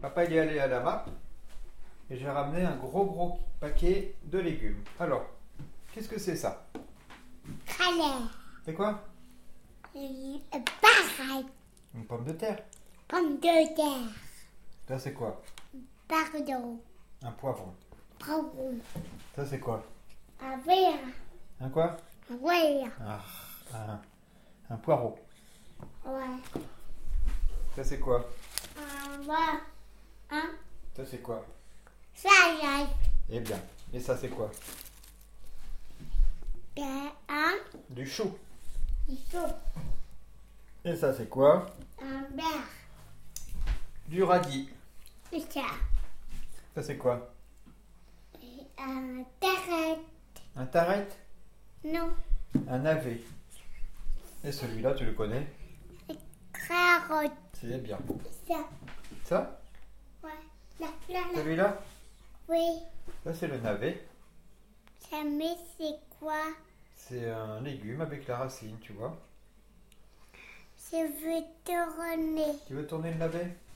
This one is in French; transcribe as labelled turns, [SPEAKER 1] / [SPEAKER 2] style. [SPEAKER 1] Papa il est allé à la map et j'ai ramené un gros gros paquet de légumes. Alors, qu'est-ce que c'est ça
[SPEAKER 2] Alors,
[SPEAKER 1] C'est quoi
[SPEAKER 2] une baraque,
[SPEAKER 1] Une pomme de terre.
[SPEAKER 2] euh, pomme de terre,
[SPEAKER 1] Ça c'est quoi
[SPEAKER 2] pardon,
[SPEAKER 1] Un poivron.
[SPEAKER 2] pardon,
[SPEAKER 1] Ça c'est quoi
[SPEAKER 2] un verre,
[SPEAKER 1] Un quoi
[SPEAKER 2] un verre,
[SPEAKER 1] Ah, un, un poireau.
[SPEAKER 2] ouais,
[SPEAKER 1] Ça c'est quoi
[SPEAKER 2] un verre, un
[SPEAKER 1] Ça c'est quoi
[SPEAKER 2] salade,
[SPEAKER 1] Eh bien, et ça c'est quoi
[SPEAKER 2] ben, un
[SPEAKER 1] Du chou.
[SPEAKER 2] chaud,
[SPEAKER 1] Et ça c'est quoi
[SPEAKER 2] un verre,
[SPEAKER 1] Du radis.
[SPEAKER 2] et ça,
[SPEAKER 1] Ça c'est quoi
[SPEAKER 2] et un terrain,
[SPEAKER 1] Un tarette
[SPEAKER 2] non,
[SPEAKER 1] Un navet. Et celui-là, tu le connais
[SPEAKER 2] carotte,
[SPEAKER 1] C'est bien.
[SPEAKER 2] ça,
[SPEAKER 1] Ça
[SPEAKER 2] ouais, là, là, là,
[SPEAKER 1] Celui-là
[SPEAKER 2] oui,
[SPEAKER 1] Ça c'est le navet.
[SPEAKER 2] ça mais c'est quoi
[SPEAKER 1] C'est un légume avec la racine, tu vois.
[SPEAKER 2] Je veux tourner,
[SPEAKER 1] Tu veux tourner le navet